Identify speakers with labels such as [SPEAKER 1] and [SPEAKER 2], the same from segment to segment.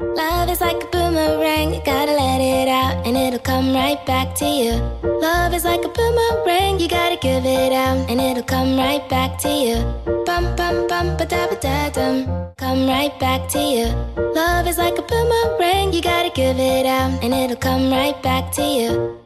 [SPEAKER 1] Love is like a boomerang, you gotta let it out and it'll come right back to you. Love is like a boomerang, you gotta give it out and it'll come right back to you. Bum bum bum ba da ba da dum, come right back to you. Love is like a boomerang, you gotta give it out and it'll come right back to you.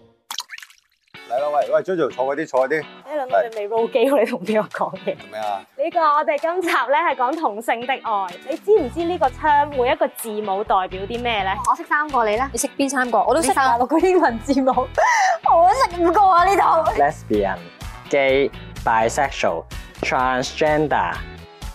[SPEAKER 2] 嚟啦，喂喂，Jojo 坐嗰啲，坐嗰啲，
[SPEAKER 3] 一輪我哋未 roll 機，我哋同邊個講 嘢？
[SPEAKER 2] 做咩啊？
[SPEAKER 3] 呢個我哋今集咧係講同性的愛，你知唔知呢個 term 每一個字母代表啲咩咧？我識三個，你咧？
[SPEAKER 4] 你識邊三個？我都識
[SPEAKER 3] 三
[SPEAKER 4] 廿六個英文字母，我識五個啊呢度。
[SPEAKER 5] lesbian、gay、bisexual、transgender、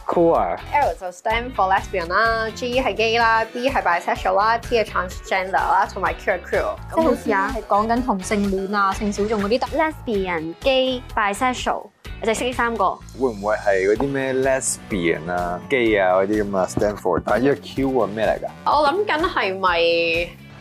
[SPEAKER 5] queer。
[SPEAKER 6] L 就 stand for lesbian 啦，G 係 gay 啦，B 係 bisexual 啦，T 係 transgender 啦，同埋 queer queer。
[SPEAKER 4] 即係好似係講緊同性戀啊、性小眾嗰啲，但
[SPEAKER 7] lesbian、gay、bisexual，我就識呢三個。
[SPEAKER 2] 會唔會係嗰啲咩 lesbian 啊、gay 啊嗰啲咁啊？stand for，但係呢個 Q 啊咩嚟㗎？
[SPEAKER 6] 我諗緊係咪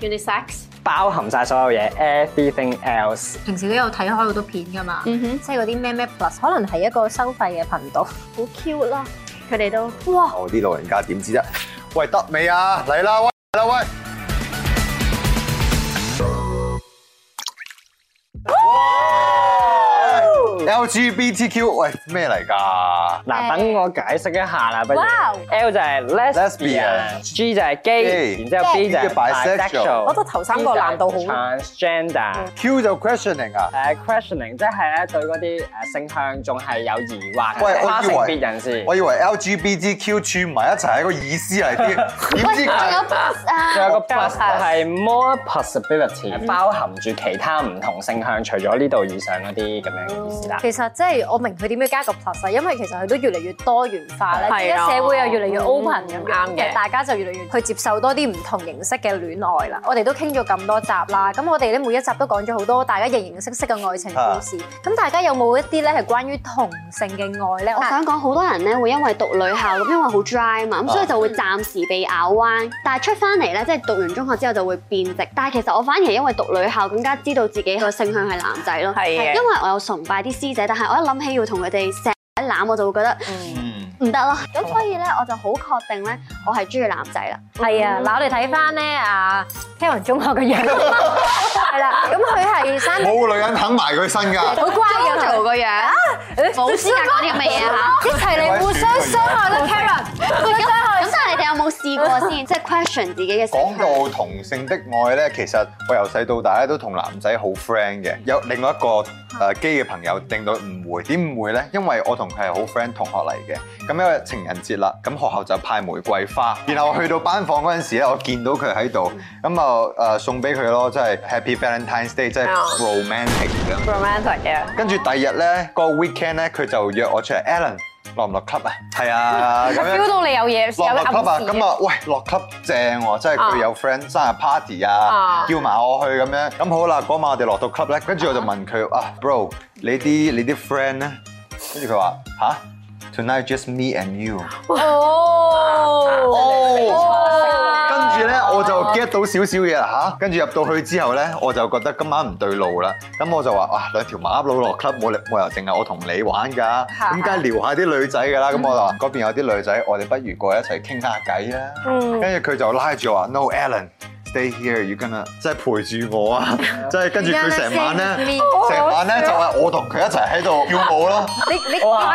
[SPEAKER 6] unisex？
[SPEAKER 5] 包含晒所有嘢，everything else。
[SPEAKER 4] 平時都有睇開好多片噶嘛，
[SPEAKER 6] 嗯哼，
[SPEAKER 4] 即係嗰啲咩咩 plus，可能係一個收費嘅頻道。
[SPEAKER 3] 好 cute 啦，佢哋都。
[SPEAKER 5] 哦
[SPEAKER 2] 哦我啲老人家點知啫？喂，得未啊？嚟啦，喂嚟啦，喂！LGBTQ 喂咩嚟㗎
[SPEAKER 5] 嗱，等我解釋一下啦，不如。L 就係 lesbian，G 就係
[SPEAKER 2] Gay
[SPEAKER 5] gay，然之後 B 就係
[SPEAKER 2] bisexual
[SPEAKER 5] bisexual。
[SPEAKER 6] 我覺得頭三個難度好
[SPEAKER 5] transgender。
[SPEAKER 2] ？Q 就 questioning 啊？
[SPEAKER 5] 誒 questioning 即係咧對嗰啲誒性向仲係有疑
[SPEAKER 2] 喂
[SPEAKER 5] 惑，
[SPEAKER 2] 我以為
[SPEAKER 5] 跨性別人士。
[SPEAKER 2] 我以為 LGBTQ 串埋一齊係個意思嚟 啲，點知
[SPEAKER 5] 仲有個 plus 係 more possibility，包含住其他唔同性向，除咗呢度以上嗰啲咁樣嘅意思啦。
[SPEAKER 4] 其實即係我明佢點樣加個 plus 啊，因為其實佢都越嚟越多元化咧，而
[SPEAKER 6] 係啊
[SPEAKER 4] 家社會又越嚟越 open 咁
[SPEAKER 6] 嗯
[SPEAKER 4] 樣
[SPEAKER 6] 啱嘅
[SPEAKER 4] 嘅，大家就越嚟越去接受多啲唔同形式嘅戀愛啦。我哋都傾咗咁多集啦，咁我哋咧每一集都講咗好多大家形形色色嘅愛情故事。咁大家有冇一啲咧係關於同性嘅愛咧？
[SPEAKER 7] 我想講好多人咧會因為讀女校咁，因為好 dry 嘛，咁所以就會暫時被咬彎。但係出翻嚟咧，即係讀完中學之後就會變直。但係其實我反而係因為讀女校更加知道自己個性向係男仔咯。
[SPEAKER 6] 係嘅
[SPEAKER 7] 因為我有崇拜啲師姐，但係我一諗起要同佢哋錫一攬，我就會覺得
[SPEAKER 2] 嗯，
[SPEAKER 7] 唔得咯。咁所以咧，我就好確定咧，我係中意男仔啦。
[SPEAKER 4] 係啊，嗱我哋睇翻咧啊 Karen 中學嘅樣，係啦，咁佢係生得
[SPEAKER 2] 冇女人肯埋佢身㗎。
[SPEAKER 4] 好乖嘅
[SPEAKER 6] 做個樣，
[SPEAKER 7] 冇資格講啲咁嘅嘢啊嚇。
[SPEAKER 4] 一齊嚟互相傷害啦，Karen，互相傷害
[SPEAKER 7] 咁但係你哋有冇試過先，即係 question 自己嘅性
[SPEAKER 2] 講
[SPEAKER 7] 向？
[SPEAKER 2] 到同性的愛咧，其實我由細到大咧都同男仔好 friend 嘅，
[SPEAKER 7] 嗯
[SPEAKER 2] 有另外一個
[SPEAKER 7] 啊
[SPEAKER 2] 誒基嘅朋友令到誤會，點誤會咧？因為我同佢係好 friend 同學嚟嘅，咁因為情人節啦，咁學校就派玫瑰花，然後我去到班房嗰陣時咧，我見到佢喺度，
[SPEAKER 7] 嗯
[SPEAKER 2] 咁啊誒送俾佢咯，即係 Happy Valentine's Day，即係
[SPEAKER 6] 啊
[SPEAKER 2] romantic 咁。
[SPEAKER 6] romantic 嘅。
[SPEAKER 2] 跟住第二日咧，個 weekend 咧，佢就約我出嚟，Alan 落唔落 club 啊？係啊，咁樣。
[SPEAKER 4] ，feel 到你有嘢有
[SPEAKER 2] 落落 club 啊，
[SPEAKER 4] 暗示
[SPEAKER 2] 咁啊，喂，落 club 正喎，即係佢
[SPEAKER 6] 啊
[SPEAKER 2] 有 friend 生日 party 啊
[SPEAKER 6] 啊，
[SPEAKER 2] 叫埋我去咁樣。咁好啦，嗰晚我哋落到 club 咧，跟住我就問佢啊，bro，你啲你啲 friend 咧？跟住佢話吓 t o n i g h t just me and you。哦，跟住咧我就 get 到少少嘢啦吓，跟住入到去之後咧，我就覺得今晚唔對路啦。咁我就話哇，兩條馬佬落 club 冇理冇理由淨係我同你玩㗎，咁梗係聊下啲女仔㗎啦。咁我就話嗰邊有啲女仔，我哋不如過去一齊傾下偈啦。跟住佢就拉住我話：No, Alan。Stay here, you gonna 即係陪住我啊！即係跟住佢成晚咧，成晚咧就係我同佢一齊喺度跳舞咯，
[SPEAKER 4] 你你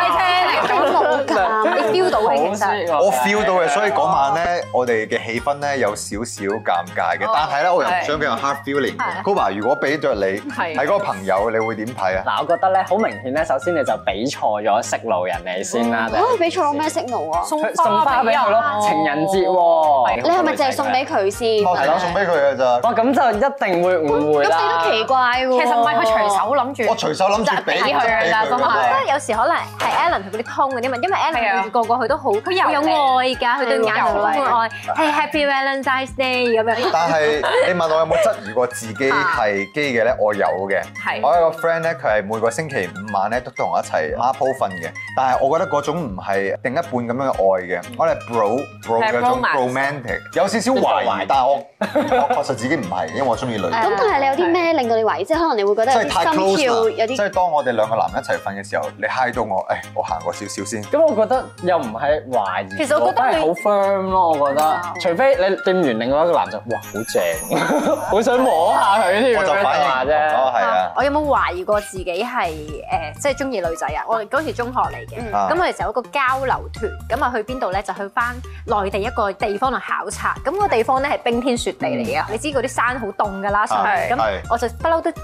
[SPEAKER 4] 太聽你冇㗎，你 feel 到嘅其
[SPEAKER 6] 啊
[SPEAKER 4] 實。
[SPEAKER 2] 我 feel 到嘅，所以嗰晚咧，我哋嘅氣氛咧有少少尷尬
[SPEAKER 6] 哦
[SPEAKER 2] 嘅，但係咧我又唔想佢有 hard feeling 嘅。Koba，如果俾着你係
[SPEAKER 6] 係
[SPEAKER 2] 嗰個朋友，你會點睇啊？
[SPEAKER 5] 嗱，我覺得咧好明顯咧，首先你就俾錯咗識路人嚟先啦。
[SPEAKER 7] 嚇，你俾錯咗咩 signal 啊？
[SPEAKER 5] 佢送花俾佢咯，情人節喎。
[SPEAKER 7] 你係咪淨係送俾佢先？
[SPEAKER 2] 哦我係諗送俾佢嘅咋，
[SPEAKER 5] 哇，咁就一定會誤會
[SPEAKER 7] 咁
[SPEAKER 5] 啦。
[SPEAKER 7] 死都奇怪喎。
[SPEAKER 6] 其實唔係佢隨手諗住，
[SPEAKER 2] 我隨手諗住俾
[SPEAKER 6] 就俾佢
[SPEAKER 2] 俾
[SPEAKER 6] 啦啊
[SPEAKER 2] 佢㗎啊
[SPEAKER 6] 真係
[SPEAKER 2] 嘛
[SPEAKER 4] 即係有時可能係 Alan 佢嗰啲通嗰啲嘛，因為 Alan 佢個個佢都好，佢有愛㗎，佢對眼神充滿愛，係 Happy Valentine's Day 咁樣。
[SPEAKER 2] 但係你問我有冇質疑過自 己
[SPEAKER 6] 啊
[SPEAKER 2] 係基嘅咧？我有嘅。
[SPEAKER 6] 係
[SPEAKER 2] 我有個 friend 咧，佢係每個星期五晚咧都同我一齊孖鋪瞓嘅。但係我覺得嗰種唔係另一半咁樣嘅愛嘅，我哋 bro bro
[SPEAKER 6] 係
[SPEAKER 2] 嗰種
[SPEAKER 6] romance
[SPEAKER 2] romantic，有少少懷疑，但係我我確實自己唔係，因為我中意女仔。
[SPEAKER 7] 咁但係你有啲咩令到你懷疑？即係可能你會覺得
[SPEAKER 2] 即
[SPEAKER 7] 有
[SPEAKER 2] 係太
[SPEAKER 7] 啲心
[SPEAKER 2] close
[SPEAKER 7] 跳
[SPEAKER 2] 啦！
[SPEAKER 7] 有
[SPEAKER 2] 即
[SPEAKER 7] 啲。
[SPEAKER 2] 係當我哋兩個男人一齊瞓嘅時候，你嗨到我，誒，我行過少少先。
[SPEAKER 5] 咁我覺得又唔喺懷疑。
[SPEAKER 4] 其實我覺得
[SPEAKER 5] 係
[SPEAKER 4] 佢
[SPEAKER 5] 好 firm 咯，我覺得
[SPEAKER 4] 嗯。
[SPEAKER 5] 除非你掂完另外一個男仔，哇， 好正，好想摸下佢添，
[SPEAKER 2] 我就
[SPEAKER 5] 咁樣
[SPEAKER 2] 反
[SPEAKER 5] 話
[SPEAKER 2] 應唔同咯，
[SPEAKER 5] 啫。
[SPEAKER 2] 係啊，
[SPEAKER 4] 我有冇懷疑過自己係誒即係中意女仔啊？我嗰時中學嚟嘅，
[SPEAKER 2] 啊
[SPEAKER 4] 咁我哋就有一個交流團，咁啊去邊度咧？就去翻內地一個地方度考察。咁個地方咧係冰天雪地嚟嘅，你知嗰啲山好凍㗎啦，上面
[SPEAKER 6] 係
[SPEAKER 2] 係
[SPEAKER 4] 咁我就不嬲都誒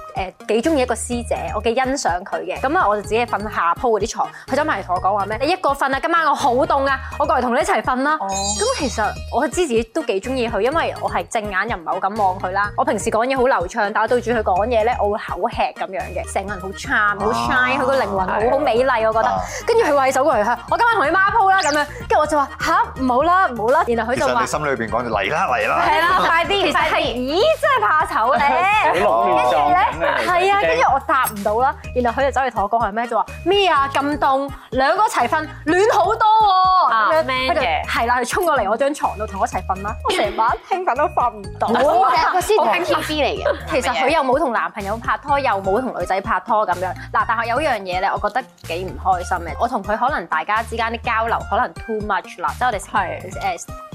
[SPEAKER 4] 幾中意一個師姐，我幾欣賞佢嘅。咁啊，我就自己瞓下鋪嗰啲床，佢走埋嚟同我講話咩？你一個瞓啊，今晚我好凍啊，我過嚟同你一齊瞓啦。咁其實我知自己都幾中意佢，因為我係正眼又唔係好敢望佢啦。我平時講嘢好流暢，但我對住佢講嘢咧，我會口吃咁樣嘅，成個人好 charm 好 shine，佢個靈魂好好美麗，我覺得
[SPEAKER 2] 啊。
[SPEAKER 4] 跟住佢話走過嚟，佢話我今晚同你孖鋪啦咁樣，跟住我就話吓，唔好啦唔好啦，然後佢
[SPEAKER 2] 其
[SPEAKER 4] 就
[SPEAKER 2] 實
[SPEAKER 4] 話
[SPEAKER 2] 你。心裏邊講就嚟啦嚟啦，
[SPEAKER 4] 係啦，快啲！其實係，咦，真係怕醜咧。
[SPEAKER 5] 你落亂撞緊
[SPEAKER 4] 咧
[SPEAKER 5] 啊其實
[SPEAKER 4] 係啊，
[SPEAKER 5] 已經
[SPEAKER 4] 跟住我答唔到啦，然後佢就走嚟同我講係咩，就話咩啊咁凍，兩個一齊瞓暖好多喎，
[SPEAKER 8] 啊
[SPEAKER 4] 咁樣
[SPEAKER 8] man
[SPEAKER 4] 佢就
[SPEAKER 8] 嘅
[SPEAKER 4] 係啦，佢衝過嚟我張床度同我一齊瞓啦，我成晚興奮都瞓唔到。啊
[SPEAKER 7] 個師姐 T B 嚟嘅，
[SPEAKER 4] 其實佢又冇同男朋友拍拖，又冇同女仔拍拖咁樣。嗱，但係有樣嘢咧，我覺得幾唔開心嘅。我同佢可能大家之間啲交流可能 too much 啦，即係我哋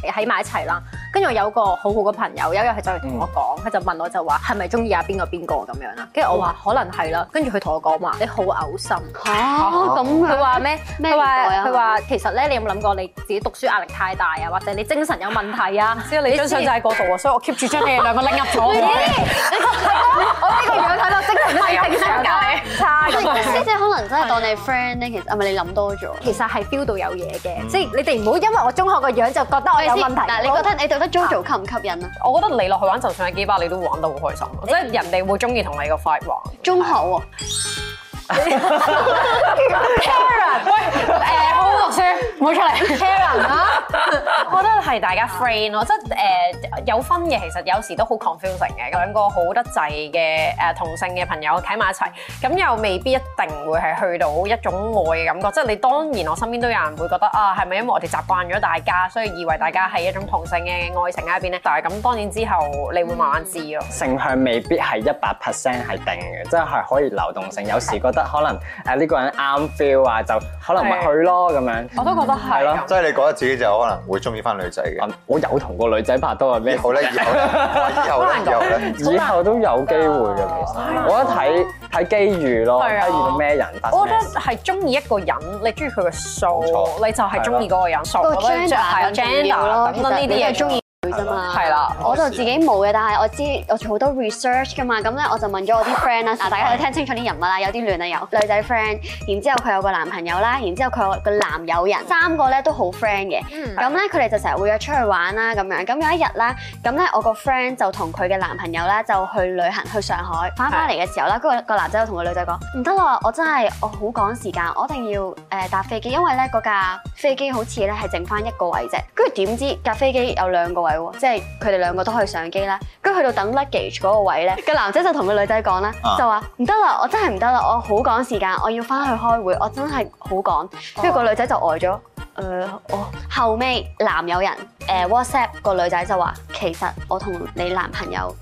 [SPEAKER 4] 誒喺埋一齊啦。跟住我有個好好嘅朋友，有一日佢就同我講，佢、就問我就話係咪中意啊邊個邊個咁樣啦。跟住我話可能係啦。跟住佢同我講話你好嘔心。
[SPEAKER 7] 哦咁
[SPEAKER 4] 佢
[SPEAKER 7] 樣，
[SPEAKER 4] 話咩？
[SPEAKER 7] 咩
[SPEAKER 4] 佢話
[SPEAKER 7] 年代啊
[SPEAKER 4] 佢話其實咧，你有冇諗過你自己讀書壓力太大啊，或者你精神有問題啊？
[SPEAKER 8] 之後你張相就喺嗰度啊，所以我 keep 住將你哋兩個拎入咗。
[SPEAKER 4] 我呢個樣睇到精神都係正常㗎，唔差咁樣
[SPEAKER 7] 師姐可能真係當你啊係啊 friend 咧，其實係咪你諗多咗？
[SPEAKER 4] 其實係 feel 到有嘢嘅，即係你哋唔好因為我中學個樣就覺得我有問題。
[SPEAKER 7] 嗱，你覺得你對得 JoJo 吸唔吸引啊？
[SPEAKER 8] 我覺得你落去玩就算係機巴，你都玩得好開心，即係人哋會中意同你個 fight 玩。
[SPEAKER 7] 中學喎，
[SPEAKER 8] 誒，好好讀書，唔好出嚟。Karen 啦，我覺得係大家 friend 咯，即係誒有分嘅，其實有時都好 confusing 嘅，兩個好得滯嘅誒同性嘅朋友喺埋一齊，咁又未必一定會係去到一種愛嘅感覺。即係你當然我身邊都有人會覺得啊，係咪因為我哋習慣咗大家，所以以為大家係一種同性嘅愛情喺入邊咧？但係咁當然之後你會慢慢知咯。
[SPEAKER 5] 性向未必係一百 percent 係定嘅，即係可以流動性。有時覺得可能誒呢個人啱 feel à, 啊，就可能咪去咯咁樣。
[SPEAKER 8] 我都覺得係
[SPEAKER 5] 咯
[SPEAKER 8] 咁
[SPEAKER 2] 即係你覺得自己就可能會中意翻女仔嘅。
[SPEAKER 5] 我有同個女仔拍拖啊咩
[SPEAKER 2] 以？後咧，以後咧，以後咧，以後咧，
[SPEAKER 5] 以後都有機會嘅，其實我覺得睇睇機遇咯，
[SPEAKER 8] 係
[SPEAKER 5] 睇
[SPEAKER 8] 啊
[SPEAKER 5] 遇到咩人發生
[SPEAKER 8] 我覺
[SPEAKER 5] 咩
[SPEAKER 8] 得
[SPEAKER 5] 事。
[SPEAKER 8] 係中意一個人，你中意佢嘅
[SPEAKER 5] 冇
[SPEAKER 8] 數，
[SPEAKER 5] 錯
[SPEAKER 8] 你就係中意嗰個人數，
[SPEAKER 7] 個
[SPEAKER 8] 我覺得
[SPEAKER 7] gender
[SPEAKER 8] 係
[SPEAKER 7] 更重要
[SPEAKER 8] gender
[SPEAKER 7] 咯，
[SPEAKER 8] 等等呢啲嘢
[SPEAKER 7] 中意佢啫嘛。
[SPEAKER 8] 係啦
[SPEAKER 7] 我就自己冇嘅，但係我知我做好多 research 噶嘛，咁咧我就問咗我啲 friend 啦，嗱大家都聽清楚啲人物啦，有啲亂啊有女仔 friend，然之後佢有個男朋友啦，然之後佢有個男友人，三個咧都好 friend 嘅，咁咧佢哋就成日會約出去玩啦咁樣，咁有一日啦，咁咧我個 friend 就同佢嘅男朋友咧就去旅行去上海，翻返嚟嘅時候啦，嗰個個男仔就同個女仔講唔得啦，我真係我好趕時間，我一定要誒搭飛機，因為咧嗰架飛機好似咧係剩翻一個位啫，跟住點知架飛機有兩個位喎，即係佢哋兩個都可以上機啦。跟住去到等 luggage 嗰個位 咧，個男仔就同個女仔講啦，
[SPEAKER 2] 啊
[SPEAKER 7] 就話唔得啦，我真係唔得啦，我好趕時間，我要翻去開會，我真係好趕。跟住個女仔就呆咗。誒、我後尾男友人誒、WhatsApp 個女仔就話，其實我同你男朋友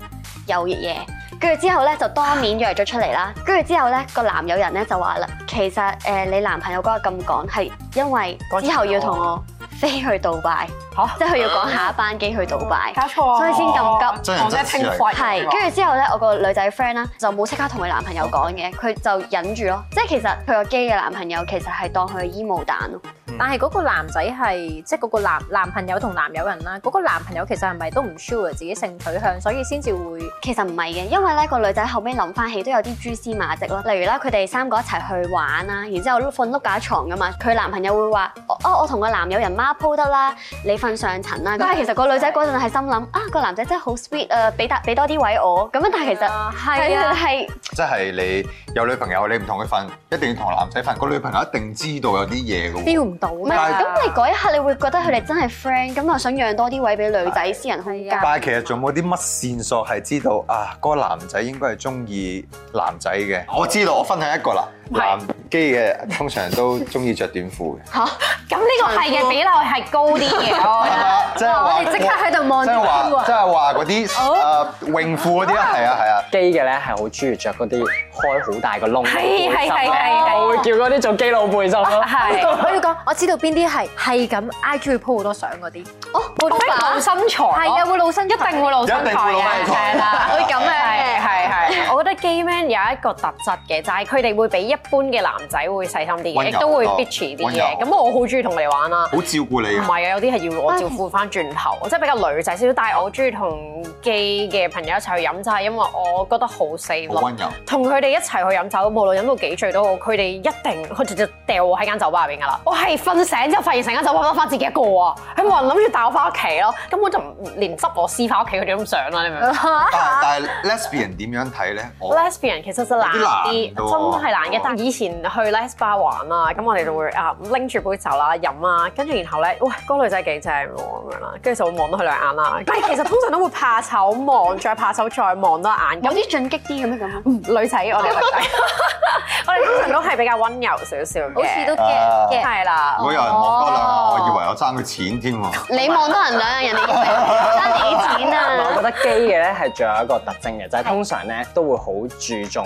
[SPEAKER 7] 有嘢。跟住之後咧就當面約咗出嚟啦。跟住之後咧個男友人咧就話啦，其實誒、你男朋友嗰日咁趕係因為之後要同我飛去杜拜，
[SPEAKER 8] 嚇
[SPEAKER 7] 即係佢要趕下一班機去杜拜，
[SPEAKER 8] 搞錯啊！
[SPEAKER 7] 所以先咁急。
[SPEAKER 2] 真人真事嚟嘅。
[SPEAKER 7] 係，跟住之後咧，我個女仔 friend 啦就冇即刻同佢男朋友講嘅，佢就忍住咯。即係其實佢個基嘅男朋友其實係當佢係煙霧彈咯。
[SPEAKER 4] 但係嗰個男仔係即係嗰個男男朋友同男友人啦，嗰、個男朋友其實係咪都唔 sure 自己性取向，所以先至會
[SPEAKER 7] 其實唔係嘅，因為咧個女仔後尾諗翻起都有啲蛛絲馬跡咯。例如啦，佢哋三個一齊去玩啦，然之後瞓碌架床噶嘛，佢男朋友會話：哦哦，我同個男友人孖鋪得啦，你瞓上層啦。 但係其實個女仔嗰陣係心諗：啊，個男仔真係好 sweet 啊，俾得俾多啲位我。咁樣啊但係其實係啊係
[SPEAKER 2] 即係你有女朋友，你唔同佢瞓，一定要同男仔瞓。個女朋友一定知道有啲嘢嘅喎。
[SPEAKER 4] feel 唔到
[SPEAKER 7] 唔
[SPEAKER 4] 嘅
[SPEAKER 7] 係
[SPEAKER 2] 但係
[SPEAKER 7] 咁？你嗰一刻你會覺得佢哋真係 friend，咁我想讓多啲位俾女仔私人空間。
[SPEAKER 2] 但係其實仲冇啲乜線索係知道啊，嗰個男仔應該係中意男仔嘅。我知道，我分享一個啦，男基嘅通常都中意着短褲嘅。
[SPEAKER 8] 咁呢個係嘅比例係高啲嘅，我覺
[SPEAKER 2] 係
[SPEAKER 8] 得。
[SPEAKER 2] 啊，即係話
[SPEAKER 4] 哇我哋即刻喺度望
[SPEAKER 2] 即係
[SPEAKER 4] 啲褲
[SPEAKER 2] 話
[SPEAKER 4] 啊
[SPEAKER 2] 即係話嗰啲誒泳褲嗰啲啦，係啊係啊。
[SPEAKER 5] 基嘅咧係好中意着嗰啲開好大個窿嘅背
[SPEAKER 8] 係
[SPEAKER 5] 心
[SPEAKER 8] 係係係
[SPEAKER 5] 啊，
[SPEAKER 8] 係
[SPEAKER 5] 我會叫嗰啲做基佬背心咯。
[SPEAKER 8] 係。
[SPEAKER 4] 我要講，我知道邊啲係係咁 IG 會 po 好多相嗰啲，
[SPEAKER 7] 哦，冇
[SPEAKER 8] 即係露身材，
[SPEAKER 4] 係啊，，會露身
[SPEAKER 8] 一定會露身材
[SPEAKER 2] 一定會露
[SPEAKER 8] 嘅，
[SPEAKER 2] 身材
[SPEAKER 8] 係啦，
[SPEAKER 7] 會咁嘅
[SPEAKER 8] 嘅，係係。我覺得 gay man 有一個特質嘅，就係佢哋會比一般嘅男仔會細心啲嘅，亦
[SPEAKER 2] 溫柔
[SPEAKER 8] 都會
[SPEAKER 2] 多
[SPEAKER 8] bitchy 啲
[SPEAKER 2] 溫柔嗯
[SPEAKER 8] 嘅。咁我好中意同你哋玩啦。
[SPEAKER 2] 好照顧你嘅，
[SPEAKER 8] 唔係啊，有啲係要我照顧翻轉頭，
[SPEAKER 2] 嗯
[SPEAKER 8] 我即係比較女仔少少，但係我中意同 gay 嘅朋友一齊去飲，就係因為我覺得好 safe
[SPEAKER 2] 好
[SPEAKER 8] 咯
[SPEAKER 2] 温。柔。
[SPEAKER 8] 同佢哋一齊去飲酒，無論飲到幾醉都好，佢哋一定佢就掉我喺間酒吧入邊噶啦。我係瞓醒之後發現成間酒吧得翻自己一個啊，佢冇人諗住帶我翻屋企咯，根本就唔連執我屍翻屋企佢哋都唔想啦，你明唔明
[SPEAKER 2] 但但係 lesbian 點樣睇咧？我
[SPEAKER 8] ？Lesbian 其實就難
[SPEAKER 2] 有啲難
[SPEAKER 8] 啲，
[SPEAKER 2] 度
[SPEAKER 8] 真
[SPEAKER 2] 喎
[SPEAKER 8] 係難嘅。但以前去 Les Bar 玩啊，咁我哋就會啊拎住杯酒啦飲啊，跟住然後咧，喂，嗰個女仔幾正喎咁樣啦，跟住就會望到佢兩眼啦。但係其實通常都會怕醜望，再怕醜再望多一眼。
[SPEAKER 7] 有啲進擊啲咁樣咁。
[SPEAKER 8] 女仔，我哋女 仔，我哋通常都係比較温柔少少嘅，
[SPEAKER 4] 好似都
[SPEAKER 2] 啊
[SPEAKER 4] 嘅嘅。
[SPEAKER 8] 係啦
[SPEAKER 2] 如。果有人望多兩下，我以為我爭佢錢添喎。
[SPEAKER 7] 你望多人兩眼，人 哋以為爭你錢
[SPEAKER 5] 唔係我覺
[SPEAKER 7] 啊！
[SPEAKER 5] 得基嘅咧係仲有一個特徵嘅，就係通常咧都會好注重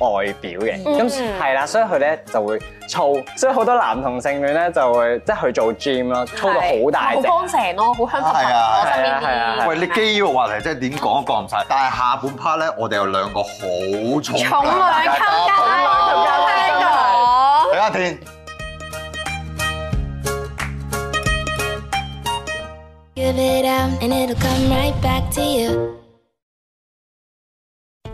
[SPEAKER 5] 外表嘅，咁係啦，所以佢咧就會操，所以好多男同性戀咧就會即係去做 gym 咯，操到好大
[SPEAKER 8] 好
[SPEAKER 5] 隻。啊
[SPEAKER 8] 乾淨咯， 好香噴
[SPEAKER 2] 係
[SPEAKER 8] 噴
[SPEAKER 2] 啊
[SPEAKER 8] 咯，身邊
[SPEAKER 5] 係啊係啊
[SPEAKER 8] 啲
[SPEAKER 2] 喂，你基於個話題真係點講都講唔晒，但係下半 part 咧，我哋有兩個好重
[SPEAKER 8] 重量
[SPEAKER 2] 嘅嘉
[SPEAKER 8] 溝
[SPEAKER 2] 賓
[SPEAKER 8] 家香港。
[SPEAKER 2] 睇下先。
[SPEAKER 1] Give it out and it'll come right back to you.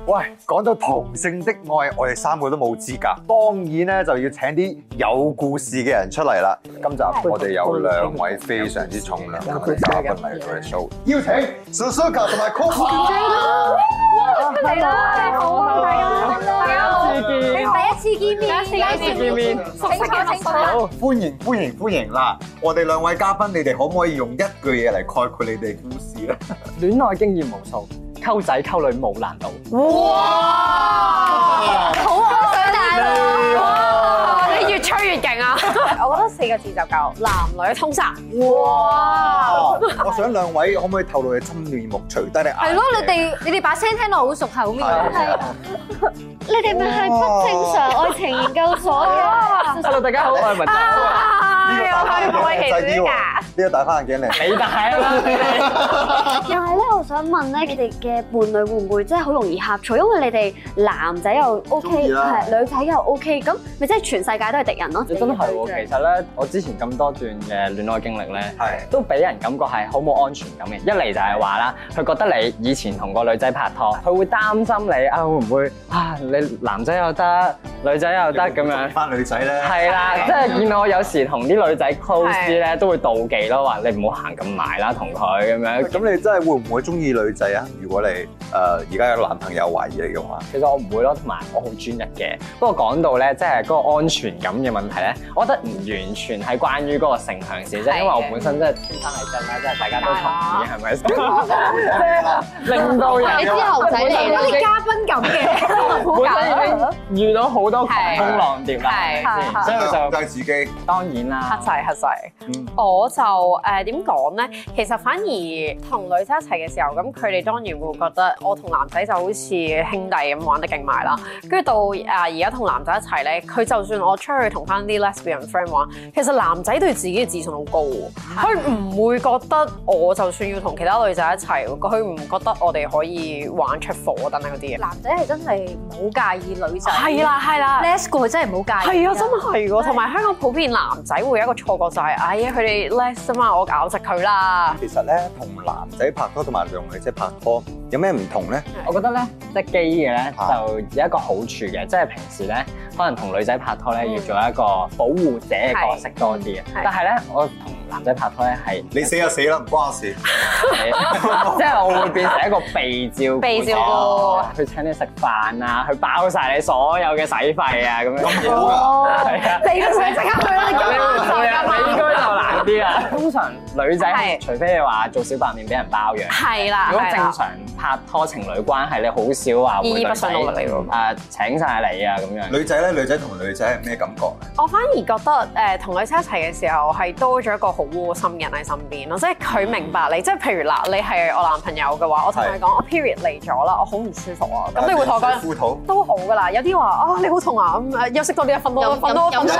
[SPEAKER 2] 喂，講到同性的愛，我哋三個都冇資格，當然咧就要請啲有故事嘅人出嚟啦。今集我哋有兩位非常之重量級嘅嘉賓嚟到我哋 show，邀請 Suzuka 同埋 Kofa。
[SPEAKER 4] 嚟啦，你好啊，大家，大家好，第一次見面，
[SPEAKER 8] 第一次見面
[SPEAKER 4] 清楚清楚。
[SPEAKER 2] 好，歡迎歡迎歡迎啦！啊我哋兩位嘉賓，你哋可唔可以用一句嘢嚟概括你哋故事咧？
[SPEAKER 5] 戀愛經驗無數，溝仔溝女冇難度。
[SPEAKER 8] 哇！你越吹越勁啊！我覺得四個字就夠，男女通殺。哇！
[SPEAKER 2] 我想兩位可唔可以透露你真面目，除低你眼鏡
[SPEAKER 4] 係咯，你哋你哋把聲聽落好熟口面喎。
[SPEAKER 2] 係
[SPEAKER 7] 你哋咪係不正常愛情研究所嘅。
[SPEAKER 5] Hello，大家好，我係文仔。
[SPEAKER 2] 呢個
[SPEAKER 8] 我
[SPEAKER 2] 戴
[SPEAKER 8] 係
[SPEAKER 2] 翻
[SPEAKER 8] 愛
[SPEAKER 2] 眼鏡靚
[SPEAKER 8] 其
[SPEAKER 2] 仔啲
[SPEAKER 8] 主
[SPEAKER 2] 喎，呢個戴翻眼鏡靚。
[SPEAKER 5] 你大啦，
[SPEAKER 7] 但係咧，我想問咧，你哋嘅伴侶會唔會真係好容易呷醋？因為你哋男仔又 OK，
[SPEAKER 2] 意啦
[SPEAKER 7] 係女仔又 OK，咁咪即係全世界都係敵人咯。
[SPEAKER 5] 真係喎。其實咧，我之前咁多段嘅戀愛經歷咧。
[SPEAKER 2] 係。
[SPEAKER 5] 都俾人感覺係好冇安全感嘅。一嚟就係話啦，佢覺得你以前同個女仔拍拖，佢會擔心你啊，會唔會啊？你男仔又得，女仔 又得咁樣。
[SPEAKER 2] 翻女仔咧。
[SPEAKER 5] 係啦，即係見到我有時同啲女仔 close 啲
[SPEAKER 8] 係
[SPEAKER 5] 咧，都會妒忌咯，話你唔好行咁埋啦，同佢咁樣。
[SPEAKER 2] 咁你真係會唔會中意女仔啊？如果你誒而家有男朋友懷疑你嘅話，
[SPEAKER 5] 其實我唔會咯，同埋我好專一嘅。不過講到咧，即係嗰個安全感嘅問題咧，我覺得唔完全係關於嗰個性向事，即係因為我本身真係天生係真啦，即係大家都同意係咪 先？即係令到人
[SPEAKER 7] 你之後唔使嚟啦
[SPEAKER 5] 本身已經
[SPEAKER 4] 嘉賓咁嘅，
[SPEAKER 5] 本身已經遇到好多狂風浪蝶啦，係
[SPEAKER 8] 係
[SPEAKER 5] 咪先？所以
[SPEAKER 2] 就
[SPEAKER 5] 我就
[SPEAKER 2] 係自己。
[SPEAKER 5] 當然啦
[SPEAKER 8] 黑。晒黑晒，我就誒點講咧？其實反而同女仔一齊嘅時候，咁佢哋當然會覺得我同男仔就好似兄弟咁玩得勁埋啦。跟住到誒而家同男仔一齊咧，佢就算我出去同翻啲 lesbian friend 玩，其實男仔對自己嘅自信好高喎，佢唔會覺得我就算要同其他女仔一齊，佢唔覺得我哋可以玩出火啊等等嗰啲嘢。
[SPEAKER 4] 男仔係真係唔好介意女仔。
[SPEAKER 8] 係啦，係啦。
[SPEAKER 4] ，Les 過真係唔好介意。
[SPEAKER 8] 係啊，真係喎！同埋香港普遍男仔會有一個錯覺就係、哎呀，佢哋 less 啊嘛，我咬實佢啦。
[SPEAKER 2] 其實咧，同男仔拍拖同埋同女仔拍拖有咩唔同咧？
[SPEAKER 5] 我覺得咧，即係基嘅咧，
[SPEAKER 2] 啊
[SPEAKER 5] 就有一個好處嘅，即係平時咧，可能同女仔拍拖咧，要做一個保護者嘅角色多啲嘅。
[SPEAKER 8] 嗯係
[SPEAKER 5] 但係咧，我同男仔拍拖咧係
[SPEAKER 2] 你死就死啦，唔關我事。
[SPEAKER 5] 即係我會變成一個被照顧者
[SPEAKER 8] 被照顧，
[SPEAKER 5] 佢請你食飯啊，佢包晒你所有嘅使費啊，咁樣
[SPEAKER 2] 咁好㗎。
[SPEAKER 5] 係啊，
[SPEAKER 6] 你都想即刻去啦，
[SPEAKER 5] 你會啊，你應該就難啲啦。通常女仔
[SPEAKER 8] 係
[SPEAKER 5] 除非你話做小白面俾人包養。
[SPEAKER 8] 係啦，
[SPEAKER 5] 如果
[SPEAKER 8] 係
[SPEAKER 5] 正
[SPEAKER 8] 啦
[SPEAKER 5] 常。拍拖情侶關係，你好少話會
[SPEAKER 8] 依依不
[SPEAKER 5] 對
[SPEAKER 8] 順
[SPEAKER 5] 仔
[SPEAKER 8] 我咪你喎
[SPEAKER 5] 誒請晒你啊咁樣。
[SPEAKER 2] 女仔咧，女仔同女仔係咩感覺咧？
[SPEAKER 8] 我反而覺得誒同女仔一齊嘅時候係多咗一個好窩心嘅人喺身邊咯，即係佢明白你，即係譬如嗱，你係我男朋友嘅話，我同佢講我 period 嚟咗啦，我好唔舒服啊，咁你會同我講
[SPEAKER 2] 敷肚。
[SPEAKER 8] 都好噶啦，有啲話啊你好痛啊，咁誒休息多啲啊，瞓多
[SPEAKER 7] 飲
[SPEAKER 8] 瞓多
[SPEAKER 7] 飲
[SPEAKER 2] 飲
[SPEAKER 8] 瞓多
[SPEAKER 7] 飲
[SPEAKER 2] 多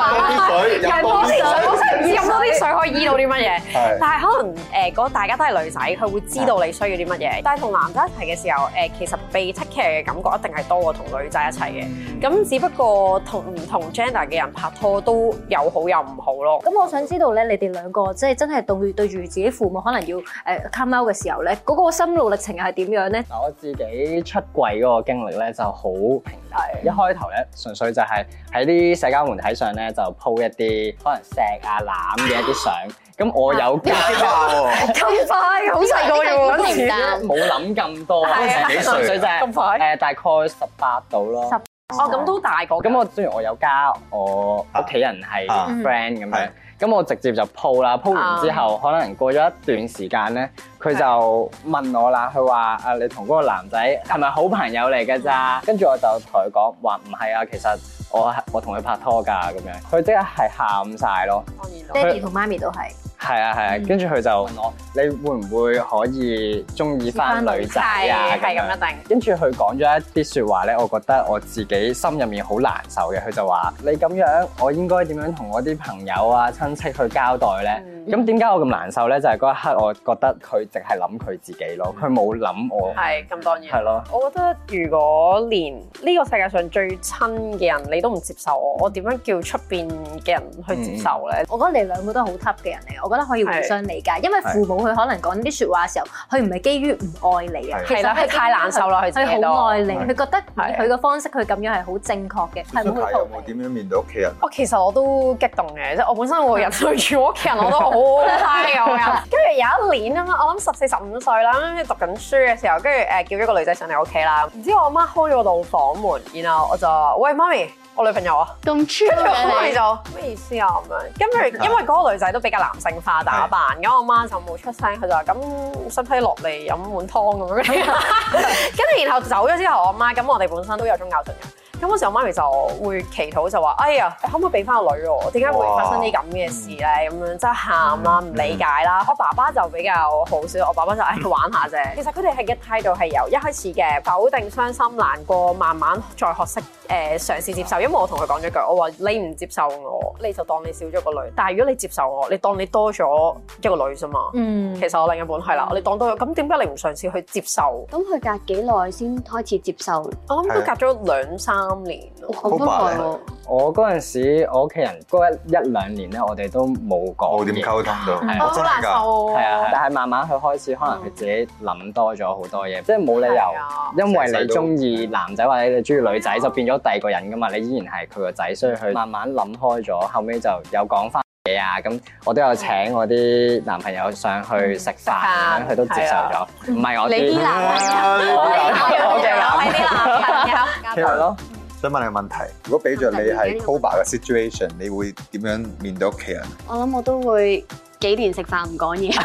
[SPEAKER 2] 啲水
[SPEAKER 8] 飲
[SPEAKER 2] 飲
[SPEAKER 8] 多
[SPEAKER 2] 多
[SPEAKER 8] 啲
[SPEAKER 2] 啲
[SPEAKER 8] 水，
[SPEAKER 2] 水
[SPEAKER 8] 我真係唔知飲多啲水可以醫到啲乜嘢。
[SPEAKER 2] 係。
[SPEAKER 8] 但係可能誒嗰、大家都係女仔，佢會知道你需要啲乜嘢。但係同男仔一齊嘅時候，誒、其實被 take care 嘅感覺一定係多過同女仔一齊嘅。咁只不過同唔同 gender 嘅人拍拖都有好有唔好咯。
[SPEAKER 4] 咁我想知道咧，你哋兩個即係真係對對住自己父母可能要誒 come out 嘅時候咧，嗰、個心路歷程係點樣咧？
[SPEAKER 5] 我自己出櫃嗰個經歷咧就好平淡，一開頭咧純粹就係喺啲社交媒體上咧就 po 一啲可能錫啊攬嘅一啲相，咁我有加
[SPEAKER 8] 啊
[SPEAKER 2] 哇！
[SPEAKER 4] 咁快，好
[SPEAKER 7] 細個
[SPEAKER 4] 喎
[SPEAKER 7] 喎 平淡
[SPEAKER 5] 冇諗咁多，
[SPEAKER 8] 係啊
[SPEAKER 5] 純粹就係
[SPEAKER 8] 咁快
[SPEAKER 5] 誒大概十八度咯
[SPEAKER 4] 十。
[SPEAKER 8] 哦，咁都大個㗎。
[SPEAKER 5] 咁我雖然我有加我屋企人係
[SPEAKER 2] 啊
[SPEAKER 5] friend 咁樣
[SPEAKER 2] 係，
[SPEAKER 5] 咁我直接就 po 啦，po 完之後可能過咗一段時間咧，佢就問我啦，佢話啊你同嗰個男仔係咪好朋友嚟㗎咋？跟住我就同佢講話唔係啊，其實我我同佢拍拖㗎咁樣，佢即刻係喊晒咯。
[SPEAKER 4] 爹哋同媽咪都係，
[SPEAKER 5] 係啊係啊，跟住佢就問我：你會唔會可以中意翻女仔啊？
[SPEAKER 8] 係咁一定。
[SPEAKER 5] 跟住佢講咗一啲説話咧，我覺得我自己心入面好難受嘅。佢就話：你咁樣，我應該點樣同我啲朋友啊、親戚去交代咧？咁點解我咁難受咧？就係、嗰一刻，我覺得佢淨係諗佢自己咯，佢冇諗我。
[SPEAKER 8] 係咁當然。
[SPEAKER 5] 係咯。
[SPEAKER 8] 我覺得如果連呢個世界上最親嘅人你都唔接受我，我點樣叫出邊嘅人去接受咧？
[SPEAKER 4] 我覺得你兩個都係好 top 嘅人嚟，我覺得可以互相理解，因為
[SPEAKER 5] 係
[SPEAKER 4] 父母佢可能講呢啲説話嘅時候，佢唔係基於唔愛你啊，
[SPEAKER 2] 係
[SPEAKER 4] 其實
[SPEAKER 8] 係啦
[SPEAKER 4] 係基於
[SPEAKER 8] 佢太難受啦佢自己
[SPEAKER 4] 佢
[SPEAKER 8] 都
[SPEAKER 4] 好愛你，
[SPEAKER 2] 係
[SPEAKER 4] 佢覺得以佢嘅方式佢咁樣係好正確嘅，係
[SPEAKER 2] 有
[SPEAKER 4] 冇去逃
[SPEAKER 2] 冇點樣面對屋企人？
[SPEAKER 8] 我哦其實我都激動嘅，即係我本身我個人對住我屋企人我都好 high 嘅我人。跟住有一年啊，我諗十四十五歲啦，跟住讀緊書嘅時候，跟住誒叫咗個女仔上嚟屋企啦。唔知我阿媽開咗我度房門，然後我就話喂媽咪，我女朋友啊。
[SPEAKER 7] 咁 c
[SPEAKER 8] 跟住我媽咪
[SPEAKER 7] 嘅
[SPEAKER 8] 就咩意思啊咁樣，跟住因為嗰個女仔都比較男性化打扮，咁我媽就冇出聲，佢就話咁使唔使落嚟飲碗湯咁樣， 跟住然後走咗之後，我媽咁我哋本身都有宗教信仰。咁嗰時候，媽咪就會祈禱就話：哎呀，你可唔可以俾翻個女我？點解會發生啲咁嘅事咧？咁樣即係喊啦，唔理解啦。我爸爸就比較好少，我爸爸就唉玩下啫。其實佢哋係嘅態度係由一開始嘅否定、傷心、難過，慢慢再學識誒、嘗試接受。因為我同佢講咗句，我話你唔接受我，你就當你少咗個女；但係如果你接受我，你當你多咗一個女啫嘛。
[SPEAKER 4] 嗯
[SPEAKER 8] 其實我另一半係啦，你當多咗，咁點解你唔嘗試去接受？
[SPEAKER 7] 咁佢隔幾耐先開始接受？
[SPEAKER 2] 啊
[SPEAKER 8] 我諗都隔咗兩三年咯。
[SPEAKER 7] 咁都耐喎，
[SPEAKER 5] 我嗰陣時，我屋企人嗰一一兩年咧，我哋都
[SPEAKER 2] 冇
[SPEAKER 5] 冇講嘢
[SPEAKER 2] 哦點溝通啊到，哦
[SPEAKER 5] 係
[SPEAKER 2] 我真係㗎。
[SPEAKER 5] 係啊，但係慢慢佢開始可能佢自己諗多咗好多嘢，即係冇理
[SPEAKER 8] 係啊
[SPEAKER 5] 由因為你中意男仔或者你中意女仔就變咗第二個人噶嘛，你依然係佢個仔，所以佢慢慢諗開咗，後尾就有講翻嘢啊，咁我都有請我啲男朋友上去食飯，
[SPEAKER 8] 飯
[SPEAKER 5] 佢都接受咗，唔係啊我
[SPEAKER 7] 你啲男朋友
[SPEAKER 8] 啊
[SPEAKER 5] 我嘅男朋友
[SPEAKER 4] 啊
[SPEAKER 5] 係咯。
[SPEAKER 2] 想問你個問題，如果俾着你係 Koba 嘅 situation，你會點樣面對屋企人？
[SPEAKER 7] 我諗我都會幾年食飯唔講嘢，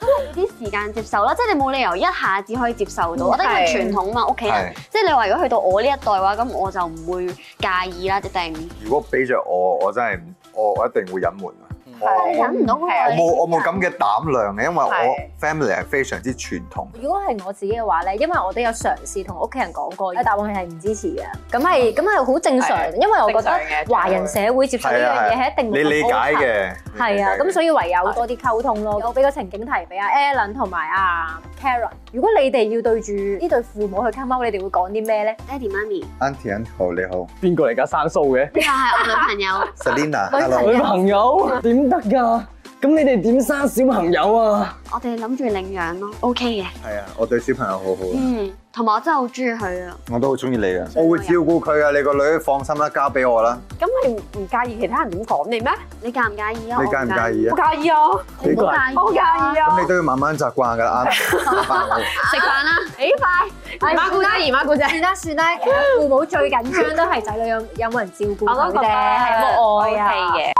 [SPEAKER 7] 都要啲時間接受啦。即係你冇理由一下子可以接受到，我覺得係傳統嘛，屋企人
[SPEAKER 2] 係。
[SPEAKER 7] 即係啊你話如果去到我呢一代嘅話，咁我就唔會介意啦，一定。
[SPEAKER 2] 如果俾着我，我真係唔我我一定會隱瞞啊我
[SPEAKER 7] 但你
[SPEAKER 2] 我
[SPEAKER 7] 忍唔到嗰
[SPEAKER 2] 我
[SPEAKER 7] 個
[SPEAKER 8] 啊
[SPEAKER 2] 冇我冇咁嘅膽量嘅，因為
[SPEAKER 8] 係
[SPEAKER 2] 我 family 係非常之傳統。
[SPEAKER 4] 如果係我自己嘅話咧，因為我都有嘗試同屋企人講過，答案係唔支持嘅。咁係咁係好正常，
[SPEAKER 8] 係
[SPEAKER 4] 因為我覺
[SPEAKER 8] 正常
[SPEAKER 4] 得
[SPEAKER 8] 嘅
[SPEAKER 4] 華人社會接受呢樣嘢係一定
[SPEAKER 2] 啊你理解嘅。
[SPEAKER 4] 係啊，咁所
[SPEAKER 2] 以
[SPEAKER 4] 以唯有多啲溝通咯。我俾個情景題俾阿 Alan 同埋阿 à, Karen，如果你哋要對住呢對父母去 come out，你哋會講啲咩咧？
[SPEAKER 7] 爹哋媽咪，
[SPEAKER 2] Auntie Uncle 你好
[SPEAKER 5] 邊個嚟㗎？生疏嘅
[SPEAKER 7] 呢個係我女朋友，
[SPEAKER 5] 啊
[SPEAKER 2] ，Selina
[SPEAKER 4] 女朋
[SPEAKER 2] hello，
[SPEAKER 5] 女朋友點得㗎？咁你哋點生小朋友啊？
[SPEAKER 7] 我哋諗住領養咯，OK 嘅。
[SPEAKER 2] 係啊，我對小朋友好好啊，
[SPEAKER 7] 嗯，同埋我真係好中意佢啊。
[SPEAKER 2] 我都好中意你啊，我會照顧佢啊，你個女放心啦，交俾我啦，
[SPEAKER 6] 咁你唔介意其他人點講你咩？
[SPEAKER 7] 你介唔介意啊？
[SPEAKER 2] 你介唔介意啊？
[SPEAKER 6] 好介意啊，
[SPEAKER 2] 你
[SPEAKER 7] 我唔介意啊？
[SPEAKER 6] 好介意啊！
[SPEAKER 2] 咁你都要慢慢習慣㗎 啦，啱。
[SPEAKER 7] 食飯啦，
[SPEAKER 8] 馬姑姐、姨媽姑姐，
[SPEAKER 4] 算啦算啦，其實父母最緊張都係仔女有有冇人照顧
[SPEAKER 8] 我
[SPEAKER 4] 佢
[SPEAKER 8] 都覺得
[SPEAKER 4] 哋，
[SPEAKER 8] 冇愛啊
[SPEAKER 4] 嘅。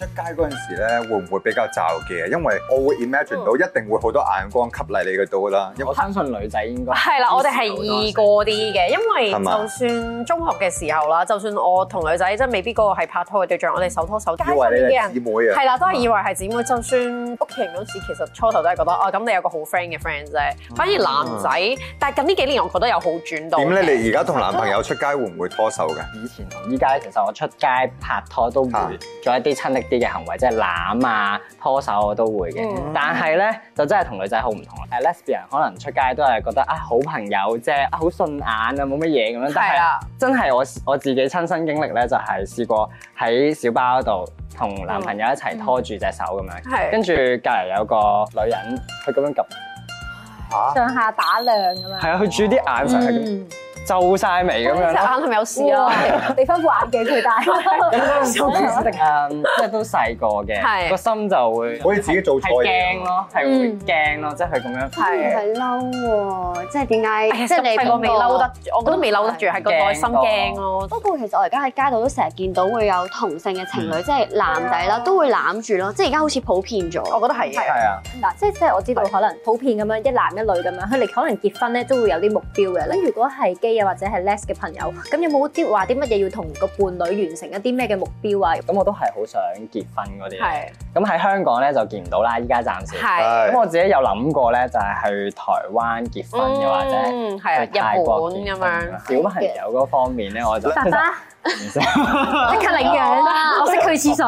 [SPEAKER 2] 出街嗰陣時咧，會唔會比較罩嘅？因為我
[SPEAKER 8] 嗯
[SPEAKER 2] 會 imagine 到一定會好多眼光吸嚟你嗰度啦。因為
[SPEAKER 5] 我相信女仔應該
[SPEAKER 8] 係啦，我哋係易過啲嘅，因為
[SPEAKER 2] 係嘛
[SPEAKER 8] 就算中學嘅時候啦，就算我同女仔即係未必嗰個係拍拖嘅對象，我哋手拖手，街
[SPEAKER 2] 以
[SPEAKER 8] 上
[SPEAKER 2] 為你
[SPEAKER 8] 面嘅
[SPEAKER 2] 係
[SPEAKER 8] 人
[SPEAKER 2] 姊。妹啊，
[SPEAKER 8] 係啦，都係以為係姊妹。就算屋企人嗰陣時，其實初頭都係覺得哦，咁你有個好 friend 嘅 friend 啫。反而男仔，但係近呢幾年我覺得有好轉到
[SPEAKER 2] 嗯
[SPEAKER 8] 嘅。
[SPEAKER 2] 點咧？你而家同男朋友出街會唔會拖手嘅？
[SPEAKER 5] 以前同依家咧，其實我出街拍拖都會
[SPEAKER 2] 啊
[SPEAKER 5] 做一啲親力啲嘅行為，即係攬啊、拖手我都會嘅。但係咧就真係同女仔好唔同啦。誒 lesbian 可能出街都係覺得啊好朋友啫，啊好順眼啊冇乜嘢咁樣。但
[SPEAKER 8] 係啊
[SPEAKER 5] 係
[SPEAKER 8] 啦，
[SPEAKER 5] 真係我我自己親身經歷咧，就係試過喺小巴度同男朋友一齊拖住隻手咁樣，
[SPEAKER 8] 係
[SPEAKER 5] 跟住隔離有個女人佢咁樣撳，
[SPEAKER 2] 嚇，
[SPEAKER 4] 上下打量咁樣。
[SPEAKER 5] 係啊，佢煮啲眼神係
[SPEAKER 4] 嗯
[SPEAKER 5] 咁皺晒眉咁樣
[SPEAKER 8] 隻
[SPEAKER 5] 咯。
[SPEAKER 8] 眼係咪有事
[SPEAKER 4] 哇
[SPEAKER 8] 啊？！
[SPEAKER 4] 你翻副眼鏡佢戴，
[SPEAKER 5] 咁即係即係都細個嘅，
[SPEAKER 8] 哦係嗯
[SPEAKER 5] 個心就會
[SPEAKER 2] 好似自己做錯
[SPEAKER 5] 係
[SPEAKER 2] 嘢
[SPEAKER 5] 驚
[SPEAKER 2] 咁。啊
[SPEAKER 5] 咯，係會驚咯，即係佢咁樣。
[SPEAKER 8] 係。
[SPEAKER 7] 係嬲喎，即係點
[SPEAKER 8] 哎
[SPEAKER 7] 解？
[SPEAKER 8] 呀
[SPEAKER 7] 即係你
[SPEAKER 8] 細個未
[SPEAKER 7] 邊個
[SPEAKER 8] 嬲得住，我覺得未嬲得住，係個內心驚咯。
[SPEAKER 7] 不過其實我而家喺街度都成日見到會有同性嘅情侶，即係男仔啦，都會攬住咯。即係而家好似普遍咗。
[SPEAKER 8] 我覺得係嘅。
[SPEAKER 5] 係啊，
[SPEAKER 4] 嗱，即係即係我知道可能普遍咁樣一男一女咁樣，佢哋可能結婚咧都會有啲目標嘅。咁如果係基啊或者係 les 嘅朋友，咁有冇啲話啲乜嘢要同個伴侶完成一啲咩嘅目標啊？
[SPEAKER 5] 咁我都係好想結婚嗰啲。啊
[SPEAKER 8] 係
[SPEAKER 5] 咁喺香港咧就見唔到啦，依家暫時。
[SPEAKER 8] 係。
[SPEAKER 5] 咁
[SPEAKER 2] 係
[SPEAKER 5] 我自己有諗過咧，就係去台灣結婚嘅，或者
[SPEAKER 8] 嗯係啊，
[SPEAKER 5] 去
[SPEAKER 8] 日
[SPEAKER 5] 泰
[SPEAKER 8] 本
[SPEAKER 5] 國
[SPEAKER 8] 咁
[SPEAKER 5] 結婚啊
[SPEAKER 8] 樣。。
[SPEAKER 5] 小朋友嗰方面咧，我就
[SPEAKER 4] 爸爸
[SPEAKER 5] 其實唔識
[SPEAKER 4] 即刻領養啊啦！我識去廁所，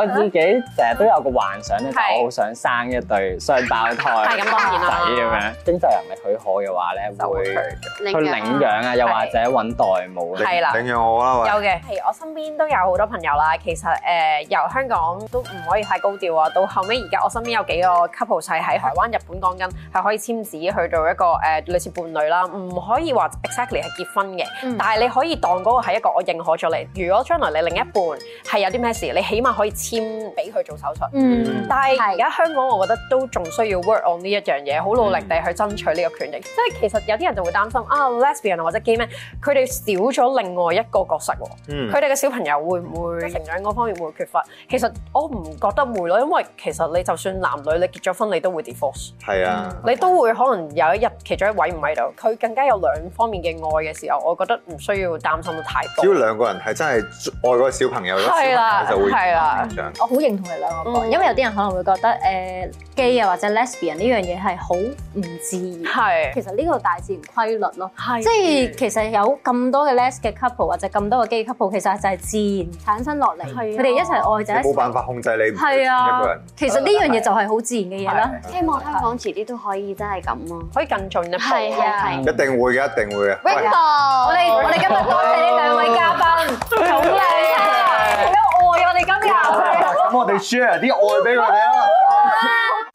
[SPEAKER 5] 我自己成日都有個幻想咧，就
[SPEAKER 8] 係
[SPEAKER 5] 我好想生一對雙胞胎
[SPEAKER 8] 係咁當然啦
[SPEAKER 5] 仔咁樣。經濟能力許可嘅話咧，會去
[SPEAKER 7] 領
[SPEAKER 5] 領養啊，又或者揾代母。啊
[SPEAKER 8] 係啦
[SPEAKER 2] 領養我啦，喂
[SPEAKER 8] 有嘅，譬如我身邊都有好多朋友啦。其實誒、呃由香港都唔可以太高調啊。到後尾而家我身邊有幾個 couple 係喺台灣、日本講緊係可以簽字去到一個誒、呃、類似伴侶啦，唔可以話 exactly 係結婚嘅，但係你可以當嗰個係一個我認可咗你。如果將來你另一半係有啲咩事，你起碼可以簽俾佢做手術。
[SPEAKER 4] 嗯，
[SPEAKER 8] 但係
[SPEAKER 4] 係
[SPEAKER 8] 而家香港，我覺得都仲需要 work on 呢一樣嘢，好努力地去爭取呢個權益。即係其實有啲人就會擔心啊，lesbian 或者 gay man，佢哋少咗另外一個角色喎。
[SPEAKER 2] 嗯
[SPEAKER 8] 佢哋嘅小朋友會唔會成長嗰方面會缺乏？其實我唔覺得會咯，因為其實你就算男女，你結咗婚你都會 divorce，
[SPEAKER 2] 係啊，
[SPEAKER 8] 你都會可能有一日其中一位唔喺度，佢更加有兩方面嘅愛嘅時候，我覺得唔需要擔心得太
[SPEAKER 2] 只要
[SPEAKER 8] 多。
[SPEAKER 2] 兩個人係真係愛嗰個小朋友，嗰個小朋
[SPEAKER 8] 係啦
[SPEAKER 2] 友就會
[SPEAKER 8] 係啦
[SPEAKER 2] 成長。
[SPEAKER 4] 我好認同你兩個講，
[SPEAKER 8] 嗯
[SPEAKER 4] 因為有啲人可能會覺得誒基啊或者 lesbian 呢樣嘢係好唔自然。
[SPEAKER 8] 係
[SPEAKER 4] 其實呢個大自然規律咯，
[SPEAKER 8] 係
[SPEAKER 4] 即係其實有咁多嘅 les 嘅 couple 或者咁多嘅基 couple，其實就係自然產生落嚟，
[SPEAKER 8] 係啊
[SPEAKER 4] 佢哋一齊愛就
[SPEAKER 2] 你
[SPEAKER 4] 一齊
[SPEAKER 2] 冇辦法控制你唔會
[SPEAKER 4] 係
[SPEAKER 2] 一個
[SPEAKER 4] 啊
[SPEAKER 2] 人。，
[SPEAKER 4] 其實呢樣嘢就係好自然嘅嘢啦。
[SPEAKER 7] 希望香港遲啲都可以真係咁咯。
[SPEAKER 8] 可以更進一步。
[SPEAKER 7] 係係啊
[SPEAKER 2] 一定會嘅，一定會嘅。喂，
[SPEAKER 4] 我哋我哋今日多謝呢兩位嘉賓，好
[SPEAKER 8] 哦
[SPEAKER 4] 靚 啊！好有愛啊我哋今日。
[SPEAKER 2] 咁我哋啊 share 啲愛俾佢哋啦。
[SPEAKER 4] 多謝